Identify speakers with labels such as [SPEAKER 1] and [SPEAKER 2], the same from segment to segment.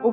[SPEAKER 1] 波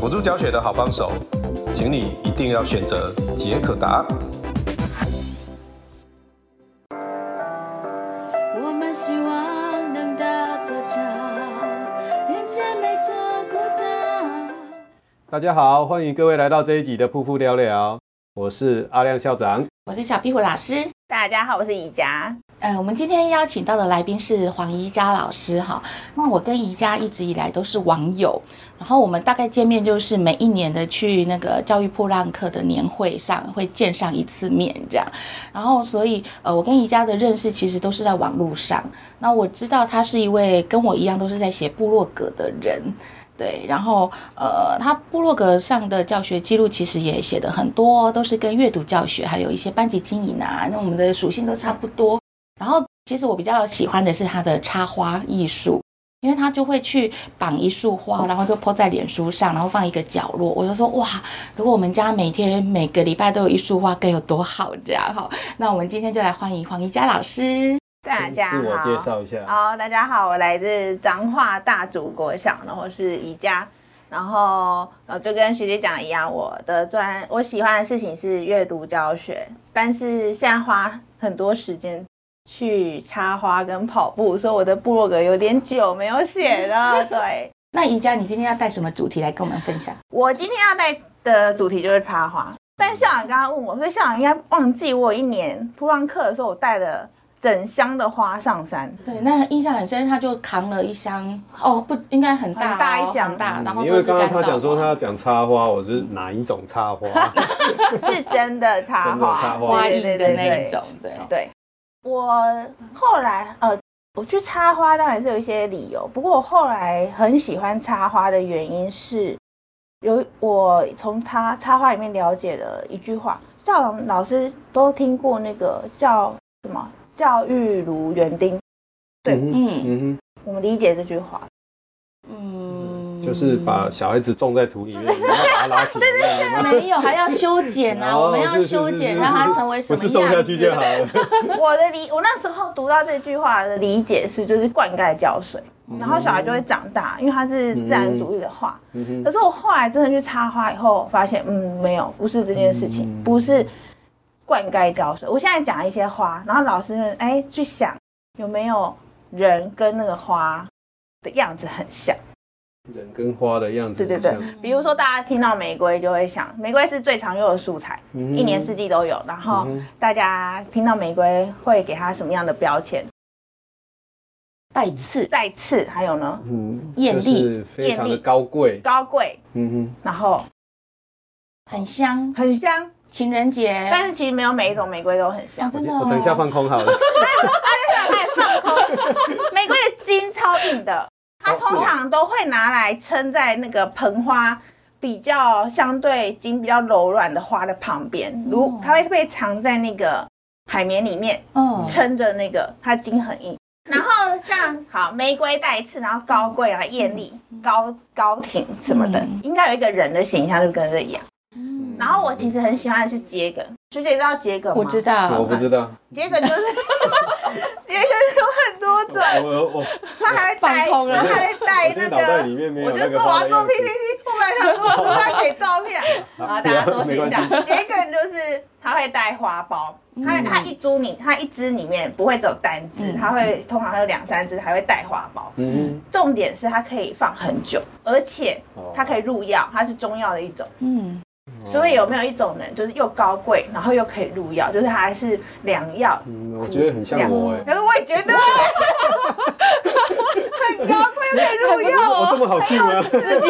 [SPEAKER 2] 辅助教学的好帮手，请你一定要选择杰可达。
[SPEAKER 3] 我们希望能搭座桥，连接每座孤岛。
[SPEAKER 1] 大家好，欢迎各位来到这一集的噗噗聊聊，我是阿亮校长。
[SPEAKER 4] 我是小壁虎老师。
[SPEAKER 5] 大家好，我是宜家。
[SPEAKER 4] 呃，我们今天邀请到的来宾是黄宜家老师哈。那我跟宜家一直以来都是网友，然后我们大概见面就是每一年的去那个教育破浪课的年会上会见上一次面这样。然后所以呃，我跟宜家的认识其实都是在网络上。那我知道他是一位跟我一样都是在写部落格的人。对，然后呃，他部落格上的教学记录其实也写的很多，都是跟阅读教学还有一些班级经营啊，那我们的属性都差不多。然后其实我比较喜欢的是他的插花艺术，因为他就会去绑一束花，然后就泼在脸书上，然后放一个角落。我就说哇，如果我们家每天每个礼拜都有一束花，该有多好这样哈。那我们今天就来欢迎黄宜佳老师。
[SPEAKER 5] 大家好，
[SPEAKER 1] 自我介绍一下。
[SPEAKER 5] 好，大家好，我来自彰化大竹国小，然后是宜家，然后呃，就跟学姐讲的一样，我的专我喜欢的事情是阅读教学，但是现在花很多时间去插花跟跑步，所以我的部落格有点久没有写 了。对
[SPEAKER 4] 那宜家，你今天要带什么主题来跟我们分享？
[SPEAKER 5] 我今天要带的主题就是插花，但校长刚刚问我，所以校长应该忘记我有一年普浪课的时候，我带了整箱的花 上山。
[SPEAKER 4] 对，那印象很深，他就扛了一箱哦，不应该很大、哦，
[SPEAKER 5] 很大一箱嗯
[SPEAKER 4] 很大，然后
[SPEAKER 1] 因
[SPEAKER 4] 都
[SPEAKER 1] 为
[SPEAKER 4] 是
[SPEAKER 1] 刚刚
[SPEAKER 4] 干燥
[SPEAKER 1] 他讲说
[SPEAKER 4] 花
[SPEAKER 1] 他要讲插花，我是哪一种插花？
[SPEAKER 5] 是真的插
[SPEAKER 1] 真的
[SPEAKER 5] 花，
[SPEAKER 1] 插花
[SPEAKER 4] 花
[SPEAKER 5] 对
[SPEAKER 4] 艺
[SPEAKER 5] 对
[SPEAKER 4] 的
[SPEAKER 5] 对
[SPEAKER 4] 那
[SPEAKER 5] 对
[SPEAKER 4] 一种，对，
[SPEAKER 5] 对，我后来呃，我去插花当然是有一些理由，不过我后来很喜欢插花的原因是，有我从他插花里面了解了一句话，校长老师都听过那个叫什么“教育如园丁对
[SPEAKER 1] 嗯哼
[SPEAKER 4] 嗯
[SPEAKER 1] 嗯
[SPEAKER 5] 我们理解这句话，
[SPEAKER 4] 嗯
[SPEAKER 1] 哼，就是把小孩子种在土里面，然后把它拉起来这样吗。
[SPEAKER 4] 没有还要修剪啊，
[SPEAKER 1] 哦
[SPEAKER 4] 我们
[SPEAKER 1] 是
[SPEAKER 4] 要
[SPEAKER 1] 是
[SPEAKER 4] 修
[SPEAKER 1] 是
[SPEAKER 4] 剪，
[SPEAKER 1] 是
[SPEAKER 4] 让它
[SPEAKER 1] 是
[SPEAKER 4] 成为什
[SPEAKER 1] 不
[SPEAKER 4] 么
[SPEAKER 1] 是
[SPEAKER 4] 样
[SPEAKER 1] 种下去就好
[SPEAKER 4] 子。
[SPEAKER 1] 了。
[SPEAKER 5] 我的理，我那时候读到这句话的理解是，就是灌溉浇水，然后小孩就会长大，因为它是自然主义的话。
[SPEAKER 1] 嗯
[SPEAKER 5] 可是我后来真的去插花以后，发现嗯，没有，不是这件事情，
[SPEAKER 1] 嗯
[SPEAKER 5] 不是灌溉浇水。我现在讲一些花，然后老师们哎去想有没有人跟那个花的样子很像。
[SPEAKER 1] 嗯哼，人跟花的样子
[SPEAKER 5] 对对
[SPEAKER 1] 很
[SPEAKER 5] 对
[SPEAKER 1] 像。
[SPEAKER 5] 比如说大家听到玫瑰就会想，玫瑰是最常用的素材，
[SPEAKER 1] 嗯
[SPEAKER 5] 一年四季都有。然后
[SPEAKER 1] 嗯
[SPEAKER 5] 大家听到玫瑰会给它什么样的标签？
[SPEAKER 4] 带刺，
[SPEAKER 5] 再次还有呢，
[SPEAKER 1] 嗯，
[SPEAKER 4] 艳丽
[SPEAKER 1] 就是非常的
[SPEAKER 5] 艳丽
[SPEAKER 1] 高贵。
[SPEAKER 5] 高贵，
[SPEAKER 1] 嗯哼。
[SPEAKER 5] 然后
[SPEAKER 4] 很香，
[SPEAKER 5] 很香，
[SPEAKER 4] 情人节。
[SPEAKER 5] 但是其实没有每一种玫瑰都很香
[SPEAKER 4] 哦，。真的
[SPEAKER 1] 我
[SPEAKER 4] 哦，
[SPEAKER 1] 等一下放空 好了。
[SPEAKER 5] 爱放空。玫瑰的茎超硬的，它通常都会拿来撑在那个盆花比较相对茎比较柔软的花的旁边，如它会被藏在那个海绵里面，
[SPEAKER 4] 嗯，
[SPEAKER 5] 撑着那个它茎很硬。然后像好玫瑰带刺，然后高贵啊、艳丽、高高挺什么的
[SPEAKER 4] 嗯，
[SPEAKER 5] 应该有一个人的形象就跟这一样。
[SPEAKER 4] 嗯
[SPEAKER 5] 然后我其实很喜欢的是桔梗，学姐知道桔梗吗？
[SPEAKER 4] 我知，道，
[SPEAKER 1] 我不知道，
[SPEAKER 5] 桔梗就是 桔梗有很多种。
[SPEAKER 1] 我我我
[SPEAKER 5] 他还会带
[SPEAKER 4] 放空了
[SPEAKER 5] 他还会带
[SPEAKER 1] 我现在
[SPEAKER 5] 那
[SPEAKER 1] 脑袋
[SPEAKER 5] 个，
[SPEAKER 1] 里面没
[SPEAKER 5] 我
[SPEAKER 1] 有
[SPEAKER 5] 就
[SPEAKER 1] 那个
[SPEAKER 5] 说我
[SPEAKER 1] 花的
[SPEAKER 5] 要做
[SPEAKER 1] 样子。
[SPEAKER 5] PPT，后来想说 我要给照片，然后大家搜寻一下
[SPEAKER 1] 没关。
[SPEAKER 5] 桔梗就是它会带花苞，它
[SPEAKER 1] 嗯
[SPEAKER 5] 它一株里它一支里面不会只有单支，
[SPEAKER 4] 嗯
[SPEAKER 5] 它会通常会有两三支，还会带花苞。
[SPEAKER 1] 嗯，
[SPEAKER 5] 重点是它可以放很久，而且它可以入药，它是中药的一种。
[SPEAKER 4] 嗯，
[SPEAKER 1] 哦
[SPEAKER 5] 所以有没有一种人就是又高贵，然后又可以入药，就是它还是良药？
[SPEAKER 1] 嗯，我觉得很像我哎、
[SPEAKER 5] 可是我也觉得 很高贵又可以入药
[SPEAKER 1] 哎我这
[SPEAKER 5] 哦。
[SPEAKER 1] 么好 Q 吗？
[SPEAKER 4] 自己自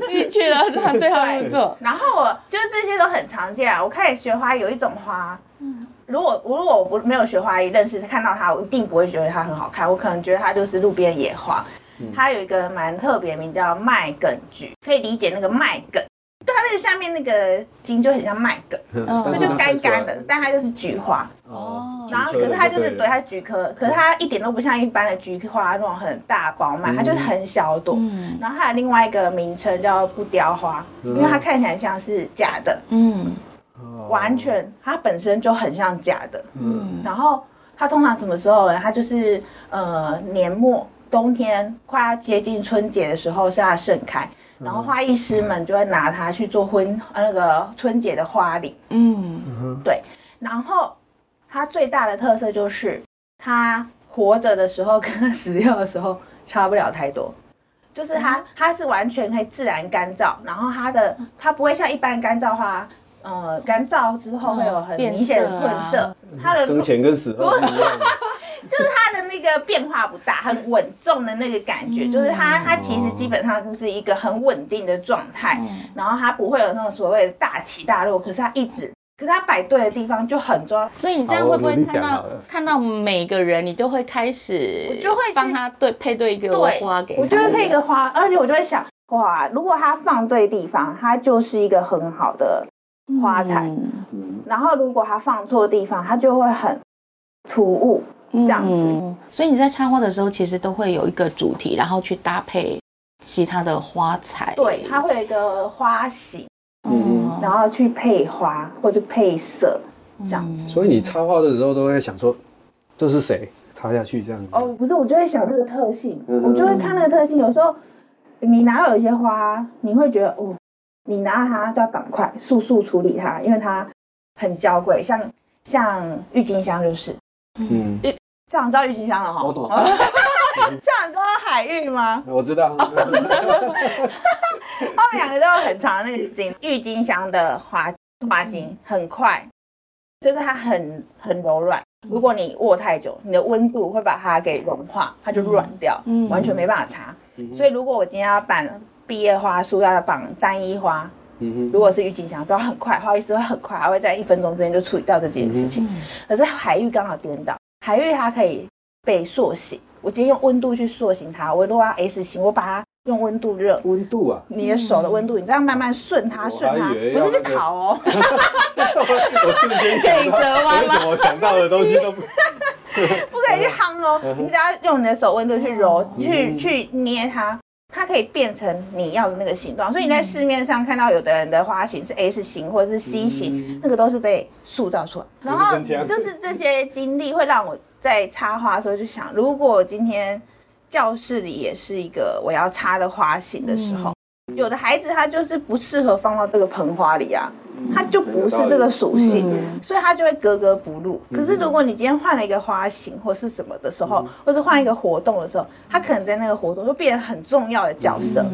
[SPEAKER 4] 动进去了，团队号入座。
[SPEAKER 5] 然后我就是这些都很常见啊。我开始学花艺有一种花，如果如果我不没有学花艺，认识看到它，我一定不会觉得它很好看，我可能觉得它就是路边野花。它有一个蛮特别的名叫麦梗菊，可以理解那个麦梗，对，它那个下面那个茎就很像麦梗，
[SPEAKER 4] 嗯
[SPEAKER 5] 所以就干干的，但它就是菊花。
[SPEAKER 4] 哦
[SPEAKER 5] 然后，可是它就是对，它是菊科，可是它一点都不像一般的菊花那种很大饱满，它就是很小朵。
[SPEAKER 4] 嗯
[SPEAKER 5] 然后还有另外一个名称叫不雕花，因为它看起来像是假的，
[SPEAKER 4] 嗯
[SPEAKER 1] 哦
[SPEAKER 5] 完全它本身就很像假的。
[SPEAKER 4] 嗯
[SPEAKER 5] 然后它通常什么时候呢？它就是呃年末冬天快要接近春节的时候是它盛开，然后花艺师们就会拿它去做婚呃那个春节的花礼。
[SPEAKER 4] 嗯
[SPEAKER 5] 然后它最大的特色就是它活着的时候跟它死掉的时候差不了太多， 就是
[SPEAKER 4] 嗯
[SPEAKER 5] 它它是完全可以自然干燥，然后它的它不会像一般干燥花，呃，干燥之后会有很
[SPEAKER 4] 变
[SPEAKER 5] 明显的
[SPEAKER 4] 色啊
[SPEAKER 5] 褪色，它的
[SPEAKER 1] 生前跟死后是一样的。
[SPEAKER 5] 就是它的那个变化不大，很稳重的那个感
[SPEAKER 4] 嗯
[SPEAKER 5] 觉，就是它它其实基本上就是一个很稳定的状态，
[SPEAKER 4] 嗯
[SPEAKER 5] 然后它不会有那种所谓的大起大落，可是它一直。可是它摆对的地方就很重要，
[SPEAKER 4] 所以你这样会不会看
[SPEAKER 1] 好我努力讲好
[SPEAKER 4] 到
[SPEAKER 1] 了
[SPEAKER 4] 看到每个人，你就会开始
[SPEAKER 5] 我就会去
[SPEAKER 4] 帮他对配对一个
[SPEAKER 5] 对
[SPEAKER 4] 花给他，
[SPEAKER 5] 我就会配一个花，而且我就会想，哇，如果它放对地方，它就是一个很好的花材；
[SPEAKER 4] 嗯
[SPEAKER 5] 然后如果它放错地方，它就会很突兀。这样子
[SPEAKER 4] 嗯所以你在插花的时候，其实都会有一个主题，然后去搭配其他的花材。
[SPEAKER 5] 对，它会有一个花型，
[SPEAKER 4] 嗯，
[SPEAKER 5] 然后去配花或者配色这样
[SPEAKER 4] 嗯
[SPEAKER 5] 子。
[SPEAKER 1] 所以你插画的时候都会想说，这是谁插下去这样子？
[SPEAKER 5] 哦，不是，我就会想那个特性，
[SPEAKER 1] 嗯
[SPEAKER 5] 我就会看那个特性。有时候你拿到有一些花，你会觉得哦，你拿到它就要赶快速速处理它，因为它很娇贵，像像郁金香就是。
[SPEAKER 1] 嗯，
[SPEAKER 5] 校长知道郁金香了哈？
[SPEAKER 1] 我懂
[SPEAKER 5] 校长知道海芋吗？
[SPEAKER 1] 我知道。
[SPEAKER 5] 哦他们两个都有很长的那个茎，郁金香的花花茎
[SPEAKER 4] 嗯
[SPEAKER 5] 很快，就是它很很柔软。如果你握太久，你的温度会把它给融化，它就软掉，
[SPEAKER 4] 嗯
[SPEAKER 5] 完全没办法擦。
[SPEAKER 1] 嗯
[SPEAKER 5] 所以如果我今天要绑毕业花束，要绑单一花，
[SPEAKER 1] 嗯
[SPEAKER 5] 如果是郁金香，就要很快，花艺师会很快，还会在一分钟之内就处理掉这件事情。
[SPEAKER 1] 嗯
[SPEAKER 5] 可是海芋刚好颠倒，海芋它可以被塑形。我今天用温度去塑形它，我如果要 S 型，我把它用温度热，
[SPEAKER 1] 温度啊，
[SPEAKER 5] 你的手的温度，你这样慢慢顺它
[SPEAKER 1] 我
[SPEAKER 5] 顺它，
[SPEAKER 1] 还以为要
[SPEAKER 5] 不是去
[SPEAKER 1] 那个
[SPEAKER 5] 烤哦，
[SPEAKER 1] 我瞬间想到，
[SPEAKER 4] 可以折弯
[SPEAKER 1] 为
[SPEAKER 4] 吗
[SPEAKER 1] 什么我想到的东西都不
[SPEAKER 5] 不可以去夯哦，你只要用你的手温度去揉、去
[SPEAKER 1] 嗯
[SPEAKER 5] 去捏它。它可以变成你要的那个形状，所以你
[SPEAKER 1] 嗯
[SPEAKER 5] 在市面上看到有的人的花型是 S 型或者是 C 型，那个都是被塑造出来。然
[SPEAKER 1] 嗯是
[SPEAKER 5] 后
[SPEAKER 1] 真枪
[SPEAKER 5] 就是这些经历会让我在插花的时候就想，如果我今天教室里也是一个我要插的花型的时
[SPEAKER 1] 嗯
[SPEAKER 5] 候，有的孩子他就是不适合放到这个盆花里啊， 他就不是这个属性。
[SPEAKER 4] 嗯
[SPEAKER 5] 所以它就会格格不入。可是如果你今天换了一个花型或是什么的时候，或是换一个活动的时候，它可能在那个活动就变成很重要的角色。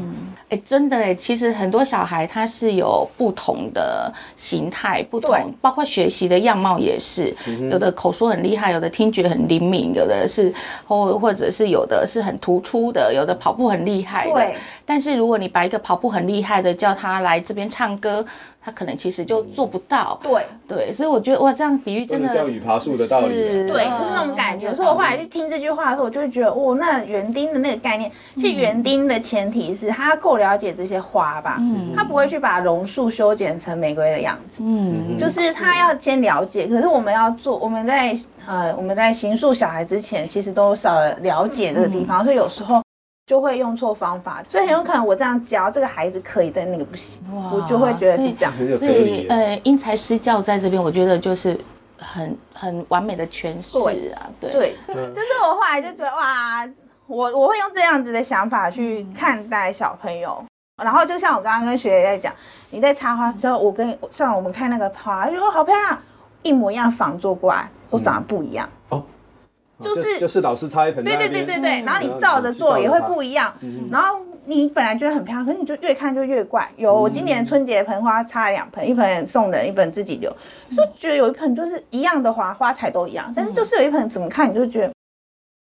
[SPEAKER 4] 哎，真的哎，其实很多小孩他是有不同的形态，不
[SPEAKER 5] 对
[SPEAKER 4] 同，包括学习的样貌也是，有的口说很厉害，有的听觉很灵敏，有的是或或者是有的是很突出的，有的跑步很厉害的
[SPEAKER 5] 对。
[SPEAKER 4] 但是如果你把一个跑步很厉害的叫他来这边唱歌，他可能其实就做不到。
[SPEAKER 5] 对
[SPEAKER 4] 对，所以我觉得哇，这样比喻真的
[SPEAKER 1] 教语爬树的道理。啊
[SPEAKER 4] 是
[SPEAKER 5] 对，
[SPEAKER 4] 嗯
[SPEAKER 5] 就是那种感觉。
[SPEAKER 4] 有
[SPEAKER 5] 所以我后
[SPEAKER 4] 道
[SPEAKER 5] 来
[SPEAKER 4] 理
[SPEAKER 5] 去听这句话的时候，我就会觉得，哦，那园丁的那个概念，其实园丁的前提是他够了解这些花吧，
[SPEAKER 1] 嗯
[SPEAKER 5] 他不会去把榕树修剪成玫瑰的样子。
[SPEAKER 4] 嗯，
[SPEAKER 5] 就是他要先了解，可是我们要做，我们在呃我们在行塑小孩之前，其实都少了了解这个地方，所以有时候就会用错方法，所以很有可能我这样教这个孩子可以，但那个不行，
[SPEAKER 4] 哇
[SPEAKER 5] 我就会觉得是这样。
[SPEAKER 1] 很有哲
[SPEAKER 4] 所以
[SPEAKER 1] 理，
[SPEAKER 4] 呃，因材施教在这边，我觉得就是很很完美的诠释啊，对，
[SPEAKER 5] 对，
[SPEAKER 1] 嗯
[SPEAKER 5] 就是我后来就觉得哇，我我会用这样子的想法去看待小朋友，然后就像我刚刚跟学姐在讲，你在插花，之后，我跟像我们看那个花，就说好漂亮，一模一样仿做过来，都长得不一样。就是
[SPEAKER 1] 就就是老师插一盆在
[SPEAKER 5] 对
[SPEAKER 1] 那
[SPEAKER 5] 对
[SPEAKER 1] 边，
[SPEAKER 5] 对对对，
[SPEAKER 4] 嗯
[SPEAKER 5] 然后你照着做也会不一样。
[SPEAKER 1] 嗯
[SPEAKER 5] 然后你本来觉得很漂亮，可是你就越看就越怪。有我今年春节盆花插了两盆，一盆送人，一盆自己留，就觉得有一盆就是一样的花，花材都一样，但是就是有一盆怎么看你就觉得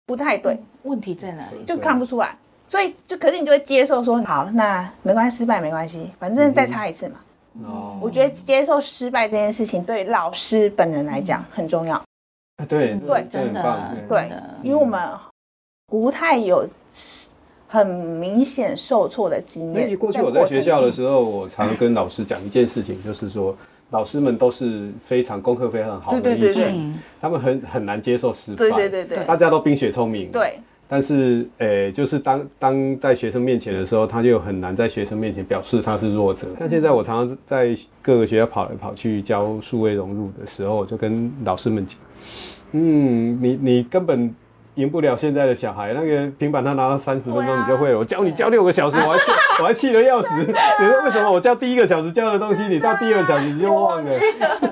[SPEAKER 5] 不太对，
[SPEAKER 4] 嗯问题在哪里？
[SPEAKER 5] 就看不出来。所以就可是你就会接受说，好，那没关系，失败没关系，反正再插一次嘛。
[SPEAKER 1] 哦
[SPEAKER 5] 我觉得接受失败这件事情对老师本人来讲很重要，
[SPEAKER 1] 啊对
[SPEAKER 5] 嗯对啊
[SPEAKER 1] 这
[SPEAKER 4] 嗯真
[SPEAKER 1] 很棒
[SPEAKER 4] 的，
[SPEAKER 1] 对
[SPEAKER 5] 对
[SPEAKER 4] 真的
[SPEAKER 5] 因为我们不太有很明显受挫的经
[SPEAKER 1] 因为
[SPEAKER 5] 验。
[SPEAKER 1] 过去我在学校的
[SPEAKER 5] 候，
[SPEAKER 1] 时候，我常跟老师讲一件事情，就是说老师们都是非常功课非常好的
[SPEAKER 5] 对
[SPEAKER 1] 一
[SPEAKER 5] 对对
[SPEAKER 1] 群，
[SPEAKER 4] 嗯，
[SPEAKER 1] 他们很很难接受失败，
[SPEAKER 5] 对对对对
[SPEAKER 1] 大家都冰雪聪明，。
[SPEAKER 5] 对
[SPEAKER 1] 但是，诶、就是当当在学生面前的时候，他就很难在学生面前表示他是弱者。那现在我常常在各个学校跑来跑去教数位融入的时候，我就跟老师们讲，嗯，你你根本。赢不了现在的小孩，那个平板他拿到三十分
[SPEAKER 5] 对
[SPEAKER 1] 钟
[SPEAKER 5] 啊
[SPEAKER 1] 你就会了。我教你教六个小时，我还 气我还气得要死。你说为什么我教第一个小时教的东西，你到第二小时你就忘 了？
[SPEAKER 5] 啊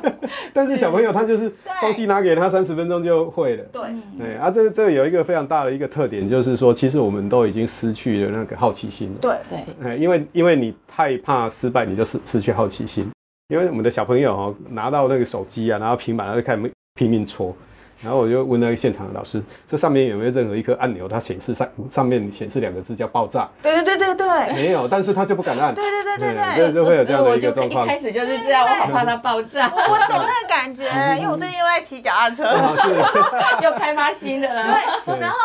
[SPEAKER 1] 但是小朋友他就是东西拿给他三十分钟就会了。
[SPEAKER 5] 对，
[SPEAKER 3] 嗯
[SPEAKER 4] 嗯
[SPEAKER 1] 对啊，这个这个有一个非常大的一个特点，就是说，其实我们都已经失去了那个好奇心了。
[SPEAKER 5] 对
[SPEAKER 4] 对，
[SPEAKER 1] 哎，因为因为你太怕失败，你就失失去好奇心。因为我们的小朋友哦，拿到那个手机啊，拿到平板，他就开始拼命戳。然后我就问那个现场的老师，这上面有没有任何一颗按钮，它显示上上面显示两个字叫爆炸？
[SPEAKER 5] 对对对对对
[SPEAKER 1] 没有，但是他就不敢按。
[SPEAKER 5] 对对对对对。
[SPEAKER 1] 这就会有这样的一个
[SPEAKER 4] 我就
[SPEAKER 1] 状况
[SPEAKER 4] 一。开始就是这样，我好怕它爆 炸，
[SPEAKER 5] 我懂那个感觉，因为我最近又在骑脚踏车，
[SPEAKER 1] 啊嗯是，
[SPEAKER 4] 又开发新的了。
[SPEAKER 5] 对，然后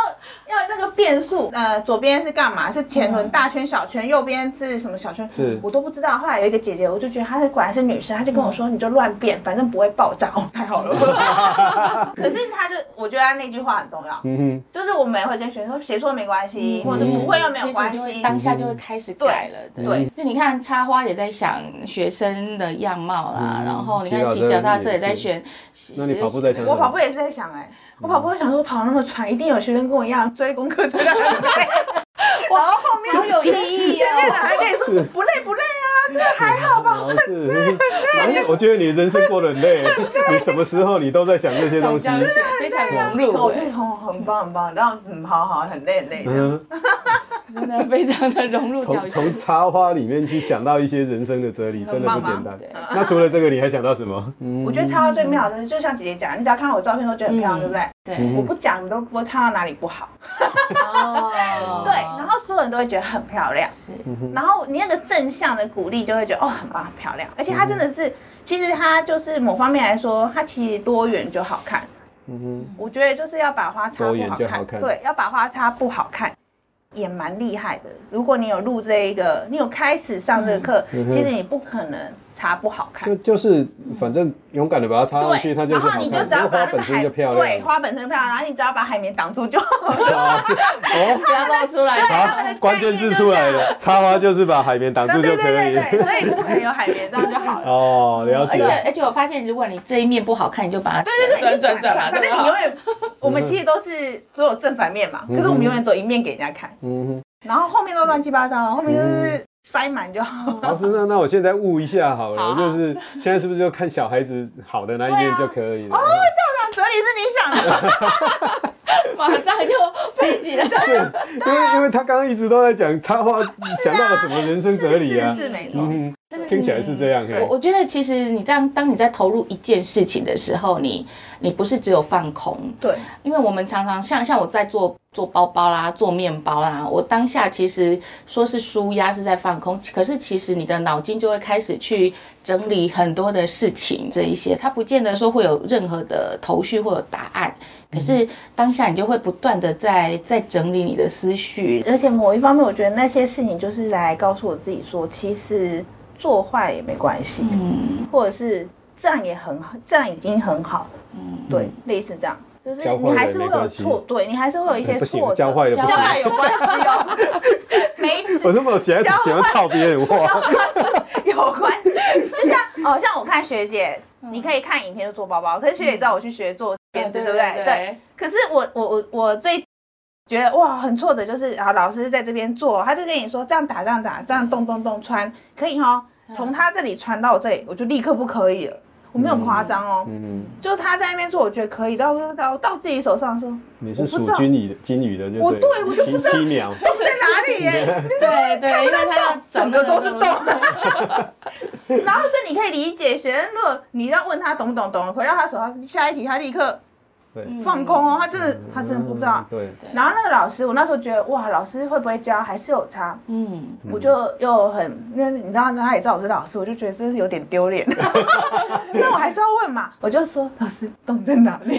[SPEAKER 5] 要那个变速，呃，左边是干嘛？是前轮大圈、小圈，右边是什么小圈？
[SPEAKER 1] 是
[SPEAKER 5] 我都不知道。后来有一个姐姐，我就觉得她果然是女生，她就跟我
[SPEAKER 1] 嗯
[SPEAKER 5] 说，你就乱变，反正不会爆炸。哦， 太 好了。可是她就，我觉得她那句话很重要，
[SPEAKER 1] 嗯
[SPEAKER 5] 就是我们也会跟学生说，写错没关系，
[SPEAKER 4] 嗯
[SPEAKER 5] 或者不会又没有
[SPEAKER 4] 其实
[SPEAKER 5] 关
[SPEAKER 4] 就会
[SPEAKER 5] 系。
[SPEAKER 4] 当下就会开始改了。
[SPEAKER 1] 嗯
[SPEAKER 5] 对
[SPEAKER 4] 对
[SPEAKER 5] 对，
[SPEAKER 4] 就你看插花也在想学生的样貌啦，
[SPEAKER 1] 嗯
[SPEAKER 4] 然后你
[SPEAKER 1] 骑
[SPEAKER 4] 看
[SPEAKER 1] 脚
[SPEAKER 4] 骑脚踏
[SPEAKER 1] 踏
[SPEAKER 4] 车
[SPEAKER 1] 车
[SPEAKER 4] 也
[SPEAKER 1] 也
[SPEAKER 4] 在
[SPEAKER 1] 是
[SPEAKER 4] 选。
[SPEAKER 1] 那你跑步在想
[SPEAKER 5] 我跑步也是在想、哎，我跑步
[SPEAKER 4] 嗯
[SPEAKER 5] 会想说，我跑那么喘，一定有学生跟我一样追功课追得很 累。然后后面
[SPEAKER 4] 好有意义
[SPEAKER 5] 前面的
[SPEAKER 4] 哦！
[SPEAKER 5] 还跟你说不累不累啊，这个还好吧？
[SPEAKER 1] 哼，哦是，然后我觉得你人生过得很累，你什么时候你都在想这些东西
[SPEAKER 4] 这。样
[SPEAKER 5] 啊
[SPEAKER 4] 子非常融入
[SPEAKER 5] 我就
[SPEAKER 4] 欸，
[SPEAKER 5] 哦，很棒很棒，然后嗯，好好，很累很累这样。
[SPEAKER 1] 嗯，
[SPEAKER 4] 真的非常的融入教
[SPEAKER 1] 从
[SPEAKER 4] 学
[SPEAKER 1] 从。插花里面去想到一些人生的哲理，真的不简单。那除了这个，你还想到什么？嗯
[SPEAKER 5] 啊我觉得插花最妙的，就像姐姐讲，你只要看到我照片都觉得很漂亮，
[SPEAKER 4] 嗯
[SPEAKER 5] 对不对？
[SPEAKER 4] 对
[SPEAKER 5] 我不讲，你都不会看到哪里不好。
[SPEAKER 4] 哦，
[SPEAKER 5] 对，然后嗯所有人都会觉得很漂亮，
[SPEAKER 4] 是
[SPEAKER 5] 然后你那个正向的鼓励就会觉得哦，很棒，很漂亮。而且
[SPEAKER 1] 嗯
[SPEAKER 5] 它真的是，其实它就是某方面来说，它其实多元就好看。
[SPEAKER 1] 嗯
[SPEAKER 5] 我觉得就是要把花插
[SPEAKER 1] 多
[SPEAKER 5] 不
[SPEAKER 1] 元
[SPEAKER 5] 好
[SPEAKER 1] 就
[SPEAKER 5] 看，
[SPEAKER 1] 好看
[SPEAKER 5] 对，要把花插不好看，也蛮厉害的。如果你有录这一个，你有开始上这个课，
[SPEAKER 1] 嗯哼
[SPEAKER 5] 其实你不可能插不好看
[SPEAKER 1] 就。就是反正勇敢的把它插上去，它
[SPEAKER 5] 对，
[SPEAKER 1] 就
[SPEAKER 5] 然
[SPEAKER 1] 是好
[SPEAKER 5] 后
[SPEAKER 1] 看。
[SPEAKER 5] 你就只要把
[SPEAKER 1] 花
[SPEAKER 5] 那个
[SPEAKER 1] 本
[SPEAKER 5] 海
[SPEAKER 1] 身就漂亮。
[SPEAKER 5] 对，花本身就漂亮，然后你只要把海绵挡住就好 了。
[SPEAKER 1] 啊是哦，
[SPEAKER 4] 不要爆出来。
[SPEAKER 1] 好，关键字出来了，插花就是把海绵挡住
[SPEAKER 5] 对
[SPEAKER 1] 就可
[SPEAKER 5] 对
[SPEAKER 1] 以。
[SPEAKER 5] 对对，嗯所以不可能有海绵，这样就好 了。
[SPEAKER 1] 哦，了
[SPEAKER 4] 而
[SPEAKER 1] 解
[SPEAKER 4] 且。而且我发现，如果你这一面不好看，你就把它
[SPEAKER 5] 对对对，
[SPEAKER 4] 转
[SPEAKER 5] 一直
[SPEAKER 4] 转转嘛，
[SPEAKER 5] 反
[SPEAKER 4] 对
[SPEAKER 5] 正
[SPEAKER 4] 吧
[SPEAKER 5] 你永远，我们其实都是都有正反面嘛，可是我们永远走一面给人家看，
[SPEAKER 1] 嗯，
[SPEAKER 5] 然后后面都乱七八糟，后面就是塞满就好。
[SPEAKER 1] 老师，那那我现在悟一下好了，
[SPEAKER 5] 好啊
[SPEAKER 1] 就是现在是不是就看小孩子好的那一面就可以了？
[SPEAKER 5] 哦哲理是你
[SPEAKER 1] 啊
[SPEAKER 5] 想的。
[SPEAKER 4] 马上就背起来。
[SPEAKER 1] 是，因为因为他刚刚一直都在讲插花，想到了什么人生哲理啊？
[SPEAKER 5] 是是是没错。
[SPEAKER 1] 嗯，听起来是这样。嘿
[SPEAKER 4] 我我觉得其实你这样，当你在投入一件事情的时候，你你不是只有放空，
[SPEAKER 5] 对，
[SPEAKER 4] 因为我们常常像像我在做做包包啦，做面包啦，我当下其实说是舒压是在放空，可是其实你的脑筋就会开始去整理很多的事情，这一些它不见得说会有任何的头绪或有答案，可是当下你就会不断的在在整理你的思绪，
[SPEAKER 5] 而且某一方面，我觉得那些事情就是来告诉我自己说，其实做坏也没关系，
[SPEAKER 4] 嗯，
[SPEAKER 5] 或者是这样也很好，这样已经很好了。嗯，对，类似这样，就是
[SPEAKER 1] 教坏
[SPEAKER 5] 你
[SPEAKER 1] 了
[SPEAKER 5] 还是
[SPEAKER 1] 没
[SPEAKER 5] 会有
[SPEAKER 1] 关系嗯
[SPEAKER 5] 错，对你还是会有一些
[SPEAKER 1] 不行
[SPEAKER 5] 挫折，
[SPEAKER 1] 教坏了不
[SPEAKER 4] 行
[SPEAKER 5] 教坏有关系哦，没
[SPEAKER 1] 我那么喜欢喜欢套别人话，
[SPEAKER 5] 有关系。就像哦，像我看学姐，你可以看影片
[SPEAKER 4] 嗯
[SPEAKER 5] 就做包包，可是学姐知道我去学做编织，对不对？对。可是我我我我最觉得哇很挫折，就是啊老师在这边做，他就跟你说这样打这样打这样动动动穿可以哦，从他这里穿到我这里，我就立刻不可以了，我没有夸张哦，
[SPEAKER 1] 嗯，
[SPEAKER 5] 就他在那边做，我觉得可以，到到到自己手上说
[SPEAKER 1] 你是
[SPEAKER 5] 我不
[SPEAKER 1] 属
[SPEAKER 5] 知道
[SPEAKER 1] 金鱼的，金鱼的就
[SPEAKER 5] 我
[SPEAKER 1] 对了，
[SPEAKER 5] 对我就不
[SPEAKER 1] 七七秒，
[SPEAKER 5] 洞在哪里耶、
[SPEAKER 4] 对对，因为他要
[SPEAKER 5] 整个都是洞
[SPEAKER 4] 整个。
[SPEAKER 5] 然后所以你可以理解，学生如果你要问他懂不懂懂，回到他手上下一题，他立刻
[SPEAKER 1] 对，
[SPEAKER 5] 放空哦，他真的他真的不知道
[SPEAKER 1] 嗯。对，
[SPEAKER 5] 然后那个老师，我那时候觉得哇，老师会不会教还是有差，
[SPEAKER 4] 嗯，
[SPEAKER 5] 我就又很，因为你知道他也知道我是老师，我就觉得真是有点丢脸。那我还是要问嘛，我就说老师洞在哪里？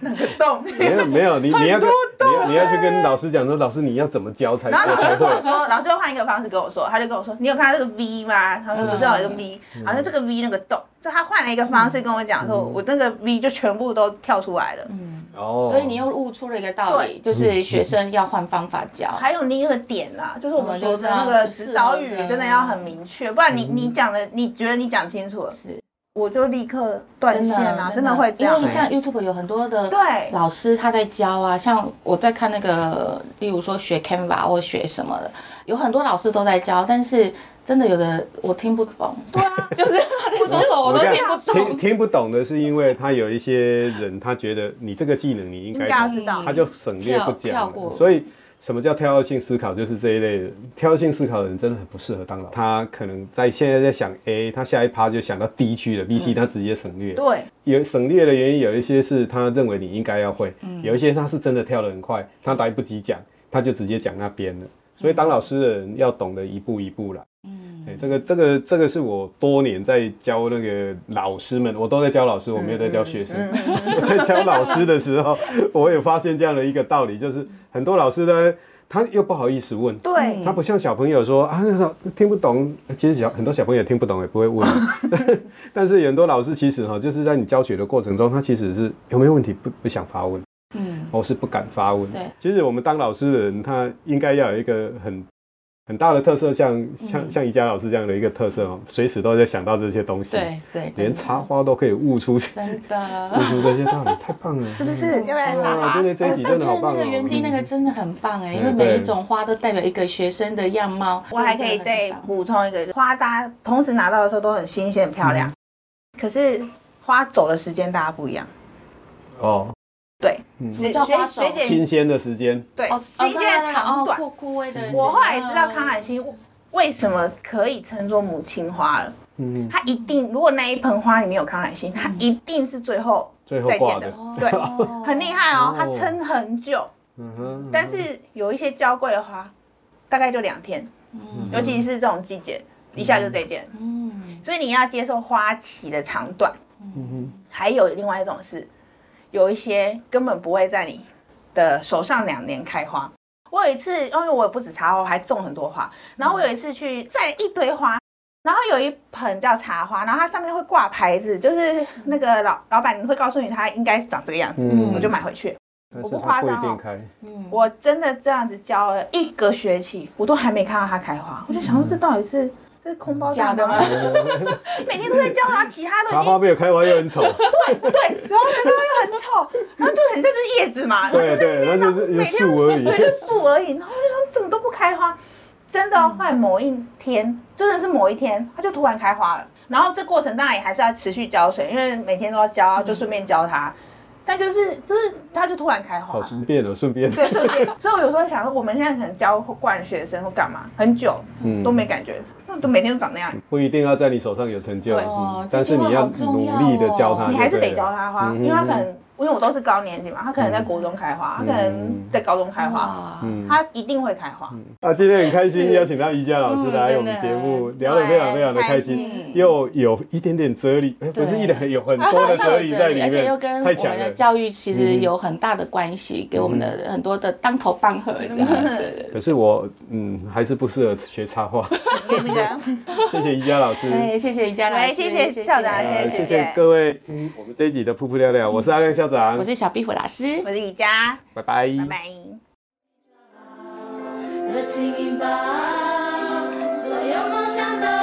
[SPEAKER 5] 哪个洞？
[SPEAKER 1] 没有没有，你你要跟
[SPEAKER 5] 很多
[SPEAKER 1] 你要你要去跟老师讲说，老师你要怎么教才
[SPEAKER 5] 然后
[SPEAKER 1] 我
[SPEAKER 5] 老师
[SPEAKER 1] 才
[SPEAKER 5] 就跟我
[SPEAKER 1] 会，
[SPEAKER 5] 说，老师又换一个方式跟我说，他就跟我说，你有看到这个 V 吗？他说我知道有一个 V，好像这个 V 那个洞，就他换了一个方式跟我讲说，我那个 V 就全部都跳出来了。
[SPEAKER 4] 嗯
[SPEAKER 1] 哦
[SPEAKER 4] 所以你又悟出了一个道理，就是学生要换方法教。
[SPEAKER 5] 还有另一个点啦、就是我们
[SPEAKER 4] 嗯
[SPEAKER 5] 说
[SPEAKER 4] 就是
[SPEAKER 5] 的
[SPEAKER 4] 要
[SPEAKER 5] 那个
[SPEAKER 4] 适
[SPEAKER 5] 指导
[SPEAKER 4] 合
[SPEAKER 5] 语
[SPEAKER 4] 的嗯
[SPEAKER 5] 真的要很明确，不然你你讲的，你觉得你讲清楚了，
[SPEAKER 4] 是
[SPEAKER 5] 我就立刻断线啊，真的会这样
[SPEAKER 4] 因为。像 YouTube 有很多的
[SPEAKER 5] 对
[SPEAKER 4] 老师他在教啊，像我在看那个，例如说学 Canva 或学什么的，有很多老师都在教，但是真的有的我听不懂，
[SPEAKER 5] 对啊，
[SPEAKER 4] 就是他在说什么我都
[SPEAKER 1] 跟
[SPEAKER 4] 听不
[SPEAKER 1] 哦听
[SPEAKER 4] 懂。
[SPEAKER 1] 听不懂的是因为他有一些人，他觉得你这个技能你应
[SPEAKER 5] 应该
[SPEAKER 1] 该
[SPEAKER 5] 要
[SPEAKER 1] 懂
[SPEAKER 5] 知道
[SPEAKER 1] 他。就省略不
[SPEAKER 4] 嗯跳跳
[SPEAKER 1] 讲
[SPEAKER 4] 过
[SPEAKER 1] 了。所以什么叫跳跃性思考？就是这一类的跳跃性思考的人真的很不适合当老师。他可能在现在在想 A，他下一趴就想到 D 区了，B、C
[SPEAKER 4] 嗯
[SPEAKER 1] 他直接省略。
[SPEAKER 5] 对，
[SPEAKER 1] 有省略的原因有一些是他认为你应该要会，有一些他是真的跳得很快，他来不及讲，他就直接讲那边了。所以当老师的人要懂得一步一步来。哎、这个这个这个是我多年在教那个老师们，我都在教老师，我没有在教学生。 我在教老师的时候，我也发现这样的一个道理，就是很多老师呢，他又不好意思问。
[SPEAKER 4] 嗯
[SPEAKER 5] 对，
[SPEAKER 1] 他不像小朋友说啊，听不懂。其实小很多小朋友也听不懂，也不会 问。但是很多老师其实哈，就是在你教学的过程中，他其实是有没有问题不不想发问，
[SPEAKER 4] 嗯，
[SPEAKER 1] 或是不敢发问
[SPEAKER 4] 对。
[SPEAKER 1] 其实我们当老师的人，他应该要有一个很很大的特色，像
[SPEAKER 4] 嗯
[SPEAKER 1] 像像宜家老师这样的一个特色哦，随时都在想到这些东西，
[SPEAKER 4] 对对，
[SPEAKER 1] 连
[SPEAKER 4] 真的
[SPEAKER 1] 插花都可以悟出悟
[SPEAKER 4] 真的。
[SPEAKER 1] 出这些道理，太棒 了，
[SPEAKER 5] 是不是？要不然
[SPEAKER 1] 哇，
[SPEAKER 5] 打
[SPEAKER 1] 真的这一集
[SPEAKER 4] 我
[SPEAKER 1] 真的
[SPEAKER 4] 觉
[SPEAKER 1] 好
[SPEAKER 4] 得
[SPEAKER 1] 棒
[SPEAKER 4] 那
[SPEAKER 1] 哦！
[SPEAKER 4] 个园丁那个哎真的很棒哎，因为
[SPEAKER 1] 嗯对
[SPEAKER 4] 每一种花都代表一个学生的样貌。
[SPEAKER 5] 我还可以再补充一个，花大家同时拿到的时候都很新鲜漂
[SPEAKER 1] 嗯
[SPEAKER 5] 亮，可是花走的时间大家不一样。
[SPEAKER 1] 哦，
[SPEAKER 5] 对，
[SPEAKER 4] 什么叫花走
[SPEAKER 5] 学学姐
[SPEAKER 1] 新鲜的时间，
[SPEAKER 5] 对，哦
[SPEAKER 4] 哦
[SPEAKER 5] 新鲜的长短。
[SPEAKER 4] 枯枯萎的。哦
[SPEAKER 5] 我后来知道康乃馨为什么可以称作母亲花了，
[SPEAKER 1] 嗯，
[SPEAKER 5] 它一定如果那一盆花里面有康乃馨，它一定是最后
[SPEAKER 1] 最后
[SPEAKER 5] 再
[SPEAKER 1] 挂
[SPEAKER 5] 见
[SPEAKER 1] 的
[SPEAKER 5] 的，，对，很厉害嗯
[SPEAKER 1] 哦，
[SPEAKER 5] 哦它撑很久。
[SPEAKER 1] 嗯哼，
[SPEAKER 5] 但是有一些娇贵的花，大概就两天，尤
[SPEAKER 1] 嗯
[SPEAKER 5] 其是这种季节，一下就再见。
[SPEAKER 4] 嗯，
[SPEAKER 5] 所以你要接受花期的长短。
[SPEAKER 1] 嗯
[SPEAKER 5] 还有另外一种是，有一些根本不会在你的手上两年开花。我有一次，因为我也不止茶花，我还种很多花。然后我有一次去带一堆花，然后有一盆叫茶花，然后它上面会挂牌子，就是那个老老板会告诉你它应该是长这个样子，
[SPEAKER 1] 嗯
[SPEAKER 5] 我就买回去。
[SPEAKER 1] 但
[SPEAKER 5] 我
[SPEAKER 1] 是
[SPEAKER 5] 不
[SPEAKER 1] 它
[SPEAKER 5] 夸
[SPEAKER 1] 不一
[SPEAKER 5] 张
[SPEAKER 1] 定
[SPEAKER 5] 哦
[SPEAKER 1] 开，
[SPEAKER 4] 嗯
[SPEAKER 5] 我真的这样子教了一个学期，我都还没看到它开花，我就想说这到底是这是空包
[SPEAKER 4] 假
[SPEAKER 5] 蛋
[SPEAKER 4] 的吗？
[SPEAKER 5] 每天都在教它，其他都
[SPEAKER 1] 茶
[SPEAKER 5] 已经
[SPEAKER 1] 花没有开完又很丑，
[SPEAKER 5] 对，然后那个又很丑，然后就很像就是叶子 嘛，
[SPEAKER 1] 对 对，那就是有
[SPEAKER 5] 每天
[SPEAKER 1] 树而啊已，
[SPEAKER 5] 对，就树而已。然后我就想怎么都不开花，真的哦、后来某一天，真的是某一天，它就突然开花了。然后这过程当然也还是要持续浇水，因为每天都要浇啊，就顺便浇它。但就是就是它就突然开 花
[SPEAKER 1] 好，顺便哦，顺便，
[SPEAKER 5] 对，顺便。所以我有时候想说，我们现在可能教惯学生或干嘛，很久
[SPEAKER 1] 嗯
[SPEAKER 5] 都没感觉，那都每天都长那样。
[SPEAKER 1] 不一定要在你手上有成就，
[SPEAKER 5] 对
[SPEAKER 4] 哦
[SPEAKER 1] 嗯
[SPEAKER 4] 这
[SPEAKER 1] 但
[SPEAKER 4] 句
[SPEAKER 1] 是
[SPEAKER 4] 话
[SPEAKER 1] 你要
[SPEAKER 4] 好重
[SPEAKER 1] 努
[SPEAKER 4] 要
[SPEAKER 1] 力的教
[SPEAKER 4] 哦
[SPEAKER 1] 他，
[SPEAKER 5] 你还是得教。他花，
[SPEAKER 1] 嗯嗯
[SPEAKER 5] 因为他可能，因为我都是高年级嘛，他可能在国中开花，他可能在高中开花，
[SPEAKER 4] 哇，
[SPEAKER 5] 他一定会开花。
[SPEAKER 1] 啊，今天很开心邀请到宜家老师来
[SPEAKER 4] 嗯
[SPEAKER 1] 我们节目，聊得非常非常的开
[SPEAKER 5] 对开
[SPEAKER 1] 心
[SPEAKER 5] 心，
[SPEAKER 1] 又有一点点哲理，哎不是
[SPEAKER 4] 对
[SPEAKER 1] 一点，有很多的哲理在里
[SPEAKER 4] 而且又
[SPEAKER 1] 面
[SPEAKER 4] 跟，
[SPEAKER 1] 太
[SPEAKER 4] 我
[SPEAKER 1] 强
[SPEAKER 4] 们的
[SPEAKER 1] 了。嗯
[SPEAKER 4] 教育其实有很大的关系，给我们的很多的当头棒喝这样子。
[SPEAKER 1] 可是我嗯，还是不适合学插 画。
[SPEAKER 5] 跟这个
[SPEAKER 1] 谢谢宜家老师。
[SPEAKER 4] 对，哎谢谢宜家老
[SPEAKER 5] 喂
[SPEAKER 4] 师，
[SPEAKER 5] 哎谢谢校
[SPEAKER 4] 啊
[SPEAKER 5] 长
[SPEAKER 1] 呃
[SPEAKER 5] 谢
[SPEAKER 1] 谢
[SPEAKER 5] 谢
[SPEAKER 1] 谢各位，嗯，我们这一集的噗噗聊聊，我是阿亮校长
[SPEAKER 4] 我，是小壁虎老师
[SPEAKER 5] 我。是瑜伽，
[SPEAKER 1] 拜拜
[SPEAKER 5] 拜拜。
[SPEAKER 3] 热情引爆所有梦想的